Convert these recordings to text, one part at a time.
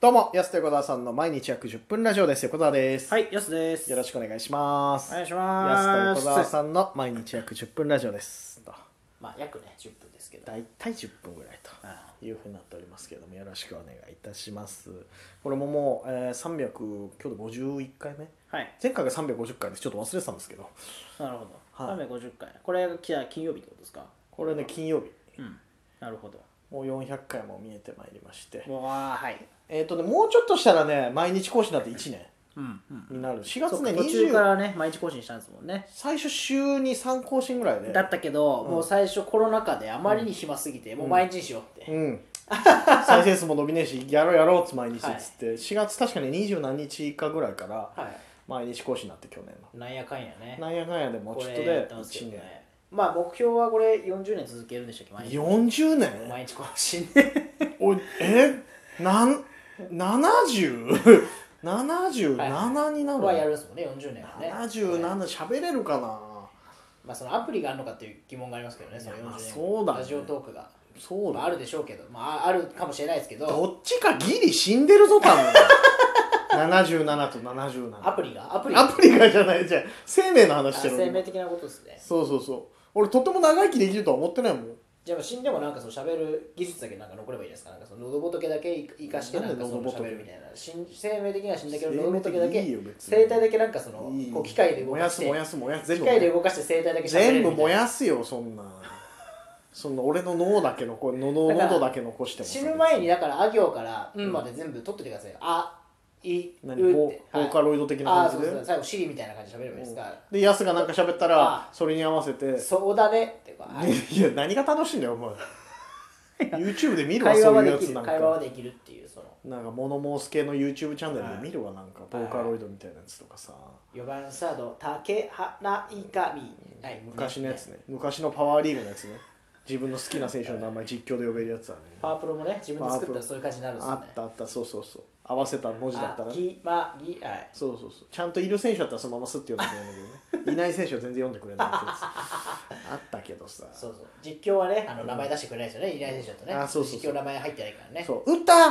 どうも、安手横澤さんの毎日約10分ラジオです。横澤です。はい、やすです。よろしくくお願いします。お願いし安ま手す。横澤さんの毎日約10分ラジオです。とまあ、約ね、10分ですけど。だいたい10分ぐらいあというふうになっておりますけれども、よろしくお願いいたします。これももう、えー、300、今日で51回目はい、前回が350回でちょっと忘れてたんですけど、なるほど。はい350回。これがきゃ金曜日ってことですかこれね、金曜日、うん。なるほど。もう400回も見えてまいりまして、うわー、はい。えっ、とね、もうちょっとしたらね、毎日講師になって1年うん。うん。になる。4そ月うね、か20途中からね、毎日更新したんですもんね。最初週に3更新ぐらいで。だったけど、もう最初コロナ禍であまりに暇すぎて、もう毎日にしようって。うん、再生数も伸びねえしやろうやろうっつ毎日っはいつって、4月確かに二十何日かぐらいからはい。毎日講師になって去年なんやかんやねの。なんやかんやでもうこちょっとれやっでたんですけ1ど年、ね。まあ、目標はこれ40年続けるんでしたっけ毎日。 40年毎日更新で。おいえなん 70?77 になる、はやるんですもんね、40年はね。 77喋れるかなまあ、そのアプリがあるのかという疑問がありますけどね、そのいやまあ40年そうだねラジオトークが、そうまあ、だあるでしょうけど、まあ、ああるかもしれないですけど、どっちかギリ死んでるぞ多分77とア77プリが、アプリが、アプリがじゃないじゃん生命のあ話してる生命的なことですね。そうそうそう俺とても長生きできるとは思ってないもんじゃあ、死んでもなんかその喋る技術だけなんか残ればいいですか、なんかその喉仏だけ生かして、なんかそなんでの喉仏喋るみたいな、死ん生命的には死んだけど、生喉命的仏だけいいよ別に、生体だけなんかその、いいこう機械で動燃かやしす燃てや、す燃やす機全部械で動かして生体だけ喋れる全みたい部な燃やすよそんなそんな俺の脳だけ残ののだから喉だけ残しても死ぬ前に、だから、あ行から、うんまで全部取っといてください。あ、い、う何ボってボーカロイド的なああー感そうじでですね最後シリみたいな感じで喋ればいいですかうんでヤスがなんか喋ったらあそれに合わせてそうだねっていうかあいや何が楽しいんだよお 前 YouTube で見るわ会話そはういうでやきつるなん会話はかできるっていうそのなんか物申す系の YouTube チャンネルで見るわなんかボいーカロイドみたいなやつとかさ4番サード竹原いかみはい昔のやつね昔のパワーリーグのやつね自分の好きな選手の名前実況で呼べるやつだねパワープロもね自分で作パワープったロらそういう感じになるんですあよっねたあったそうそうそう合わせた文字だったら、あね、ぎまぎはいそうそうそうちゃんといる選手だったらそのままスッて読んでくれるんだけどねいない選手は全然読んでくれない ってやつあったけどさそうそう実況はねあの名前出してくれないですよねいない選手だとねあそうそうそう実況名前入ってないからねそう打った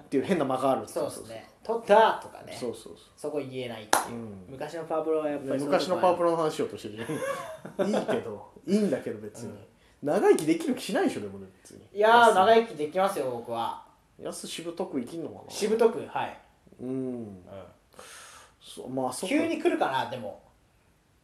っていう変な間があるってそうですね取ったとかねそうそうそそこ言えないっていううん昔のパワープロはやうっぱでり昔のパワープロロの話しようとしてる いいけどいいんだけど別に、長生きできる気しないでしょでもね別にいやー長い生きできますよ僕は安しぶとく生きんのかなしぶとくはいうんそうまあそっか急に来るかなでも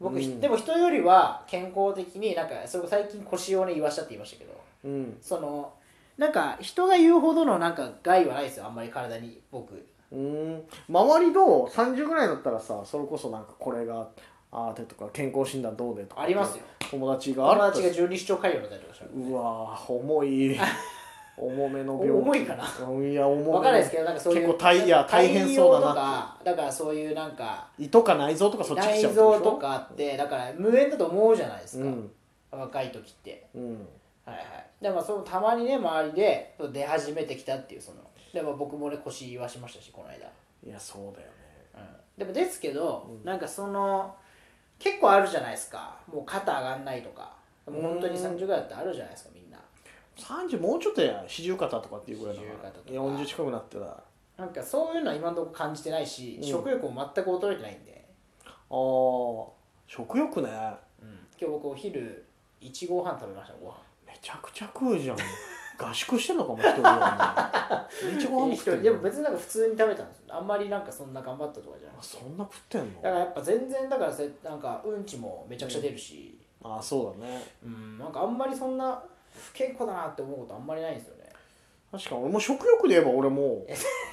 僕、うんでも人よりは健康的になんかそれ最近腰をね言わしたって言いましたけどうんそのなんか人が言うほどのなんか害はないですよあんまり体に僕うーん周りの30ぐらいだったらさそれこそなんかこれがああでとか健康診断どうでとかありますよ友達があ友る達が十二指腸潰瘍になったりとかしたらうわー重い 重めの病気お重いかなうんいや重めの分からないですけどなんかそういう結構大いや大変そうだな対応とかだからそういうなんか胃とか内臓とかそっち来内ちゃうってこと臓とかあってだから無縁だと思うじゃないですか、うん若い時ってうんはいはいでもそのたまにね周りで出始めてきたっていうそのでも僕もね腰はしましたしこの間いやそうだよねでもですけど、なんかその結構あるじゃないですかもう肩上がんないとかもう本当にうん30ぐらいだってあるじゃないですかみんな30もうちょっとや四十肩とかっていうぐらいだから四十肩とか40近くなってたらなんかそういうのは今のところ感じてないし、うん食欲も全く衰えてないんで、あー食欲ね今日僕お昼1合半食べましたご飯めちゃくちゃ食うじゃん合宿してんのかも一人でお前めっちゃご飯食ってんでの も別になんか普通に食べたんですよあんまりなんかそんな頑張ったとかじゃなあくてそんな食ってんだからのやっぱ全然だからそれなんかうんちもめちゃくちゃ出るし、あーそうだねうん、なんかあんまりそんな不健康だなって思うことあんまりないんですよね確かに俺も食欲で言えば俺もう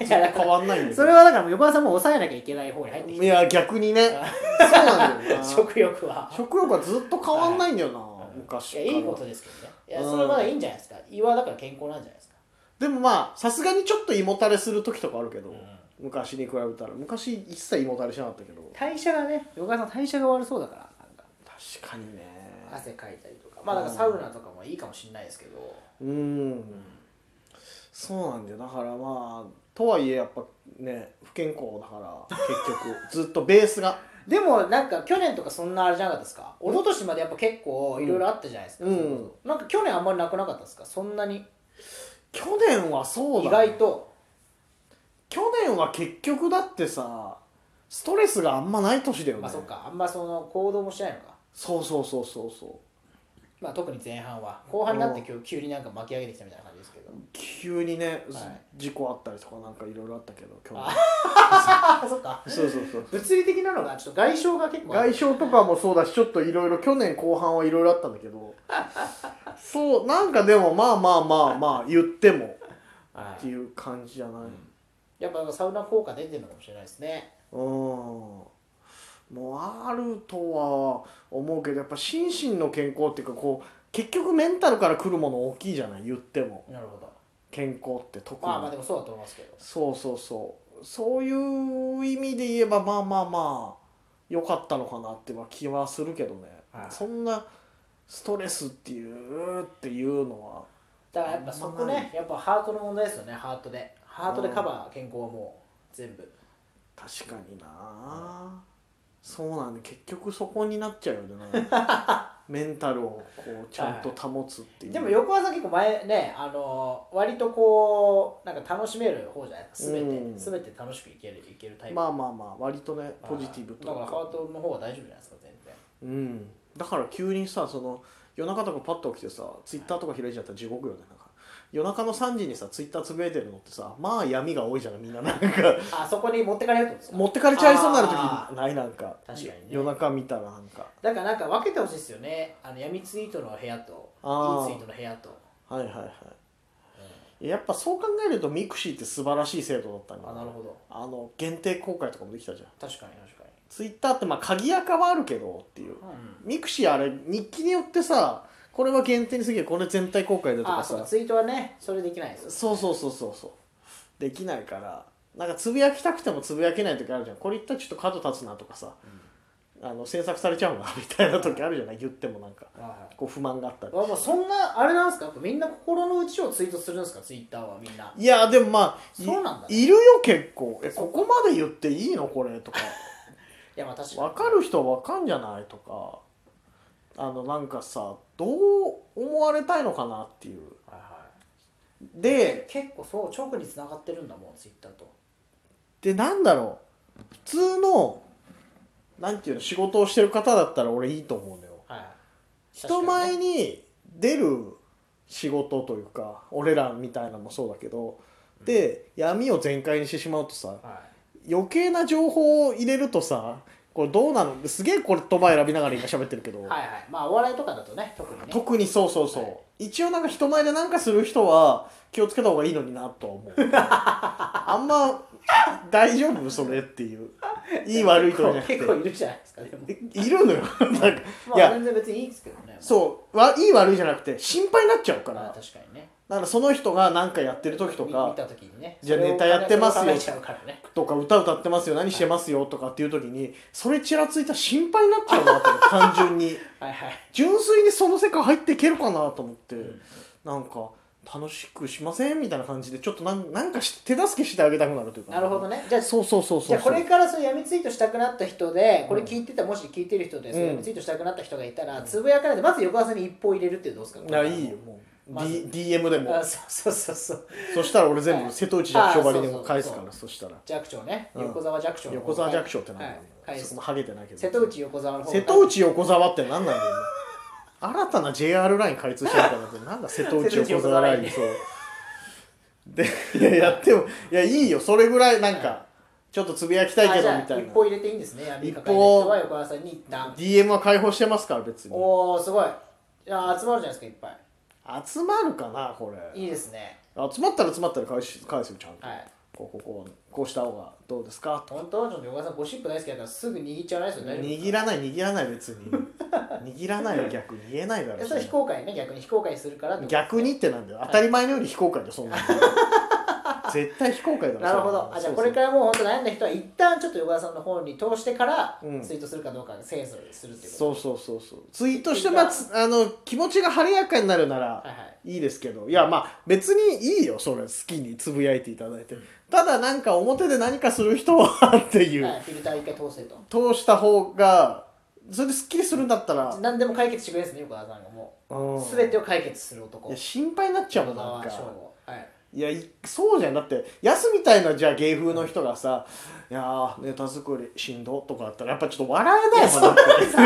いやだか変らわん ないんだけどそれはだから横川さんも抑えなきゃいけない方に入ってきいや逆にねそうなんだよたな 食食欲は欲はずっと変わんないんだよな、昔いかやらいいことですけどねいやうんそれはまだいいんじゃないですか胃はだから健康なんじゃないですかでもまあさすがにちょっと胃もたれする時とかあるけど、昔に比べたら昔一切胃もたれしなかったけど代謝がね横川さん代謝が悪そうだからなんか確かにね汗かいたりとかまあだからサウナとかもいいかもしれないですけどうんそうなんだよだからまあとはいえやっぱね不健康だから 結局ずっとベースがでもなんか去年とかそんなあれじゃなかったですか一昨年までやっぱ結構いろいろあったじゃないですか、うんそれこそなんか去年あんまりなくなかったですかそんなに去年はそう意だね、外と年は結局だってさストレスがあんまない年だよね、まあそっかあんまその行動もしないのかそうそうそうそうそうまあ特に前半は後半になって今日急になんか巻き上げてきたみたいな感じですけど急にね、はい事故あったりとかなんかいろいろあったけど今あ日ああそっかそうそう そう物理的なのがちょっと外傷が結構ある外傷とかもそうだしちょっといろいろ去年後半はいろいろあったんだけどそうなんかでもまあまあまあまあ言ってもはっていいう感じじゃない、やっぱサウナ効果出てるのかもしれないですねうんもうあるとは思うけどやっぱ心身の健康っていうかこう結局メンタルから来るもの大きいじゃない言ってもなるほど健康って特に、まあまあでもそうだと思いますけどそうそうそうそういう意味で言えばまあまあまあ良かったのかなっては気はするけどね、はいそんなストレスっていうっていうのはだからやっぱそこねやっぱハートの問題ですよねハートでハートでカバー健康はもう全部確かにな、そうなんで結局そこになっちゃうよ ねなんかメンタルをこうちゃんと保つっていう、でも横川さん結構前ねあの割とこうなんか楽しめる方じゃないですか全て、うん全て楽しくいけるいけるタイプ、まあまあまあ割とねポジティブとだからかハートの方は大丈夫じゃないですか全然うんだから急にさその夜中とかパッと起きてさツイッターとか開いちゃったら地獄よねなんか夜中の3時にさツイッターつぶやいてるのってさまあ闇が多いじゃないみんななんかあそこに持ってかれるってことですか持ってかれちゃいそうになるあ時ないなんか確かにね夜中見たらなんかだからなんか分けてほしいですよねあの闇ツイートの部屋とあーいいツイートの部屋とはいはいはいやっぱそう考えるとミクシーって素晴らしい制度だったんだあなるほどあの限定公開とかもできたじゃん確かに確かツイッターってまあ鍵垢はあるけどっていうに、うんミクシーあれ日記によってさこれは限定にすぎるこれ全体公開だとあかあそうさかツイートはねそれできないですよねそうそうそうそうそうできないからなんかつぶやきたくてもつぶやけない時あるじゃんこれ言ったらちょっと角立つなとかさ、あの制作されちゃうなみたいな時あるじゃない言ってもなんかはいこう不満があったりあもうそんなあれなんですかやっぱみんな心の内をツイートするんですかツイッターはみんないやでもまあいそうなんだいるよ結構えここまで言っていいのこれとかいやまあ確かにわかる人はわかんじゃないとかあのなんかさどう思われたいのかなっていうはいはいで結構そう直に繋がってるんだもうツイッターとでなんだろう普通のなんていうの仕事をしてる方だったら俺いいと思うのよはい人前に出る仕事というか俺らみたいなのもそうだけどで闇を全開にしてしまうとさは余計な情報を入れるとさこれどうなのすげえ言葉選びながら今喋ってるけど、い、はいはいまあお笑いとかだとね特にね特にそうそうそう、はい一応なんか人前でなんかする人は気をつけた方がいいのになとは 思うあんま大丈夫それっていういい悪いとかじゃなくて 結構いるじゃないですかでもいるのよなんかまいあや全然別にいいんですけどねそうわいい悪いじゃなくて心配になっちゃうかうまあら確かにねだからその人が何かやってる時とみ見かた時にねじゃあそれをネタやってますよ考えちゃうからねとか歌歌ってますよ何してますよとかっていう時にそれちらついたら心配になっちゃうなと思って単純にはいはい純粋にその世界入っていけるかなと思ってんなんか楽しくしませんみたいな感じでちょっとなんなんかし手助けしてあげたくなるというかなるほどねじゃあそうそうそうそうじゃあこれからその闇ツイートしたくなった人でこれ聞いてた、もし聞いてる人でそのうん闇ツイートしたくなった人がいたら、つぶやかないでまず横川さんに一報入れるってどうですかいやいいよもう、まず D、DM でもあそうそうそうそうそしたら俺全は部い瀬戸内寂聴張りであもー返すかそうらそしたら弱聴ねうん横澤弱聴の方横澤弱小ってなんだはよい、返そすこもハゲてないけど瀬戸内横澤の方瀬戸内横沢ってなんなんだよ今新たな JR ライン開通してるからってなんだ瀬戸内横沢ライ ン瀬そうでいややってもいやいいよそれぐらいなんかちょっとつぶやきたいあけじどゃあみたいな一報入れていいんですね闇抱える人は横澤さんに一旦 DM は開放してますから別におおすごいいや集まるじゃないですかいっぱ集まるかなこいれいいですね集まったら集まったら返し返すよちゃんと、はいこうこうこうこうした方がどうですかと本当はちょっと横川さんゴシップ大好きだからすぐ握っちゃわないですよね握らない握らない別に握らないよ逆に言えないだろそれ非公開ね逆に非公開するからってこと逆にってなんだよ当たり前のように非公開だよそんなの 絶対非公開だろなるほどあじゃあこれかららもう本当悩んだ人は一旦ちょっと横田さんの方に通してからうんツイートするかどうかセンスするっていうことそうそうそうそうツイートして、まあ、つあの気持ちが晴れやかになるならはいはいいいですけどいやまあ別にいいよそれ好きにつぶやいていただいてただなんか表で何かする人はっていう、はい、フィルター一回通せと通した方がそれですっきりするんだったら、何でも解決してくれるんですね横田さんがもうんう全てを解決する男いや心配になっちゃうもん横なん田か翔吾はいいやいそうじゃんだってやすみたいなじゃあ芸風の人がさ「いやーネタ作りしんど」とかだったらやっぱちょっと笑えないもんだって そ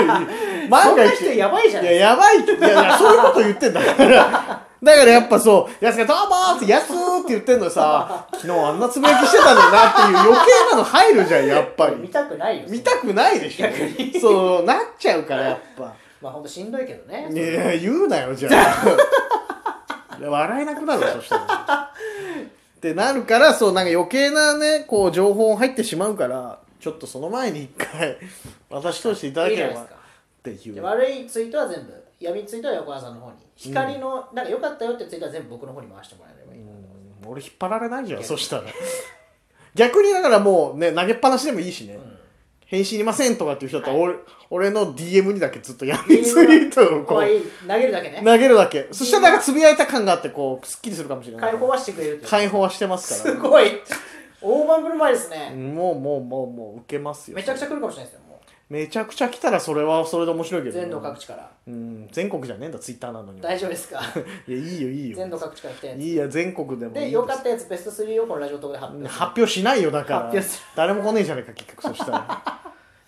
万んがな一人やばいじゃいなやいやばいっていやいやそういうこと言ってんだからだからやっぱそう「やすがどうも」って「やす」って言ってんのさ昨日あんなつぶやきしてたのになっていう余計なの入るじゃんやっぱ見りたくないよ見たくないでしょ逆にそうなっちゃうからやっぱ。まあほんとしんどいけどねいや言うなよじゃあ 笑えなくなるわそしたらってなるからそうなんか余計なねこう情報入ってしまうからちょっとその前に一回私通していただいけいじゃれないでばっすかていうで悪いツイートは全部闇ツイートは横川さんの方に光の、なんか良かったよってツイートは全部僕の方に回してもらえればいい、うん俺引っ張られないじゃんそしたら逆にだからもうね投げっぱなしでもいいしね、返信いりませんとかっていう人だったら俺,、俺の DM にだけずっと闇 ツイートをこまあういい投げるだけね投げるだけそしたらなんかつぶやいた感があってこうすっきりするかもしれない解放はしてくれるっていう解放はしてますからすごい大盤振る舞いですね、もうもうもうもう受けますよめちゃくちゃ来るかもしれないですよもうめちゃくちゃ来たらそれはそれで面白いけどね全土各地からうん全国じゃねえんだツイッターなのに大丈夫ですかいやいいよいいよ全土各地から来ていいや全国でもいいでです良かったやつベスト3をこのラジオとかで発表する発表しないよだから発表する誰も来ねえじゃねえか結局そした ら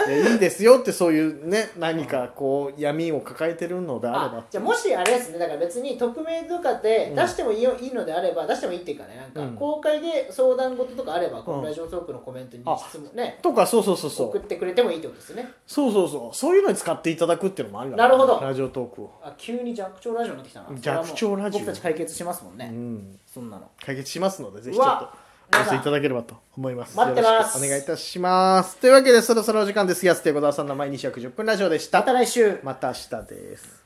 いやいいですよってそういうね何かこう闇を抱えてるのであればあじゃあもしあれですねだから別に匿名とかで出してもいい,、いいのであれば出してもいいっていうかねなんかうん公開で相談事とかあれば、こうのんラジオトークのコメントにあ質問ねとかそうそうそうそ送っうてくれてもいいってことですねそうそうそうそういうのに使っていただくっていうのもありだなるほどラジオトークをあ急に弱聴ラジオになってきたな弱聴ラジオそれはもう僕たち解決しますもんね、うんそんなの解決しますのでぜひうちょっわとお寄せいただければと思います。待ってますよろしくお願いいたします。というわけで、そろそろお時間です。安手小沢さんの毎日約10分ラジオでしまた。た来週また明日です。